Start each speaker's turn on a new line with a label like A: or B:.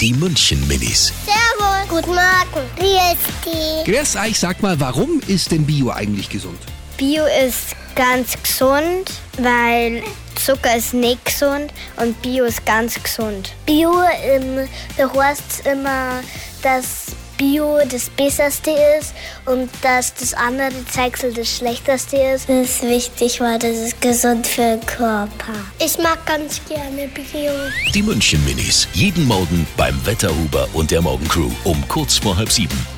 A: Die München Minis.
B: Servus. Guten Morgen. Wie ist die?
A: Grüß euch, sag mal, warum ist denn Bio eigentlich gesund?
B: Bio ist ganz gesund, weil Zucker ist nicht gesund und Bio ist ganz gesund. Bio, ähm, du hörst immer, dass Bio das Besserste ist und dass das andere Zeichsel das Schlechteste ist. Das ist wichtig, weil das ist gesund für den Körper. Ich mag ganz gerne Bio.
A: Die München Minis. Jeden Morgen beim Wetterhuber und der Morgencrew um kurz vor halb sieben.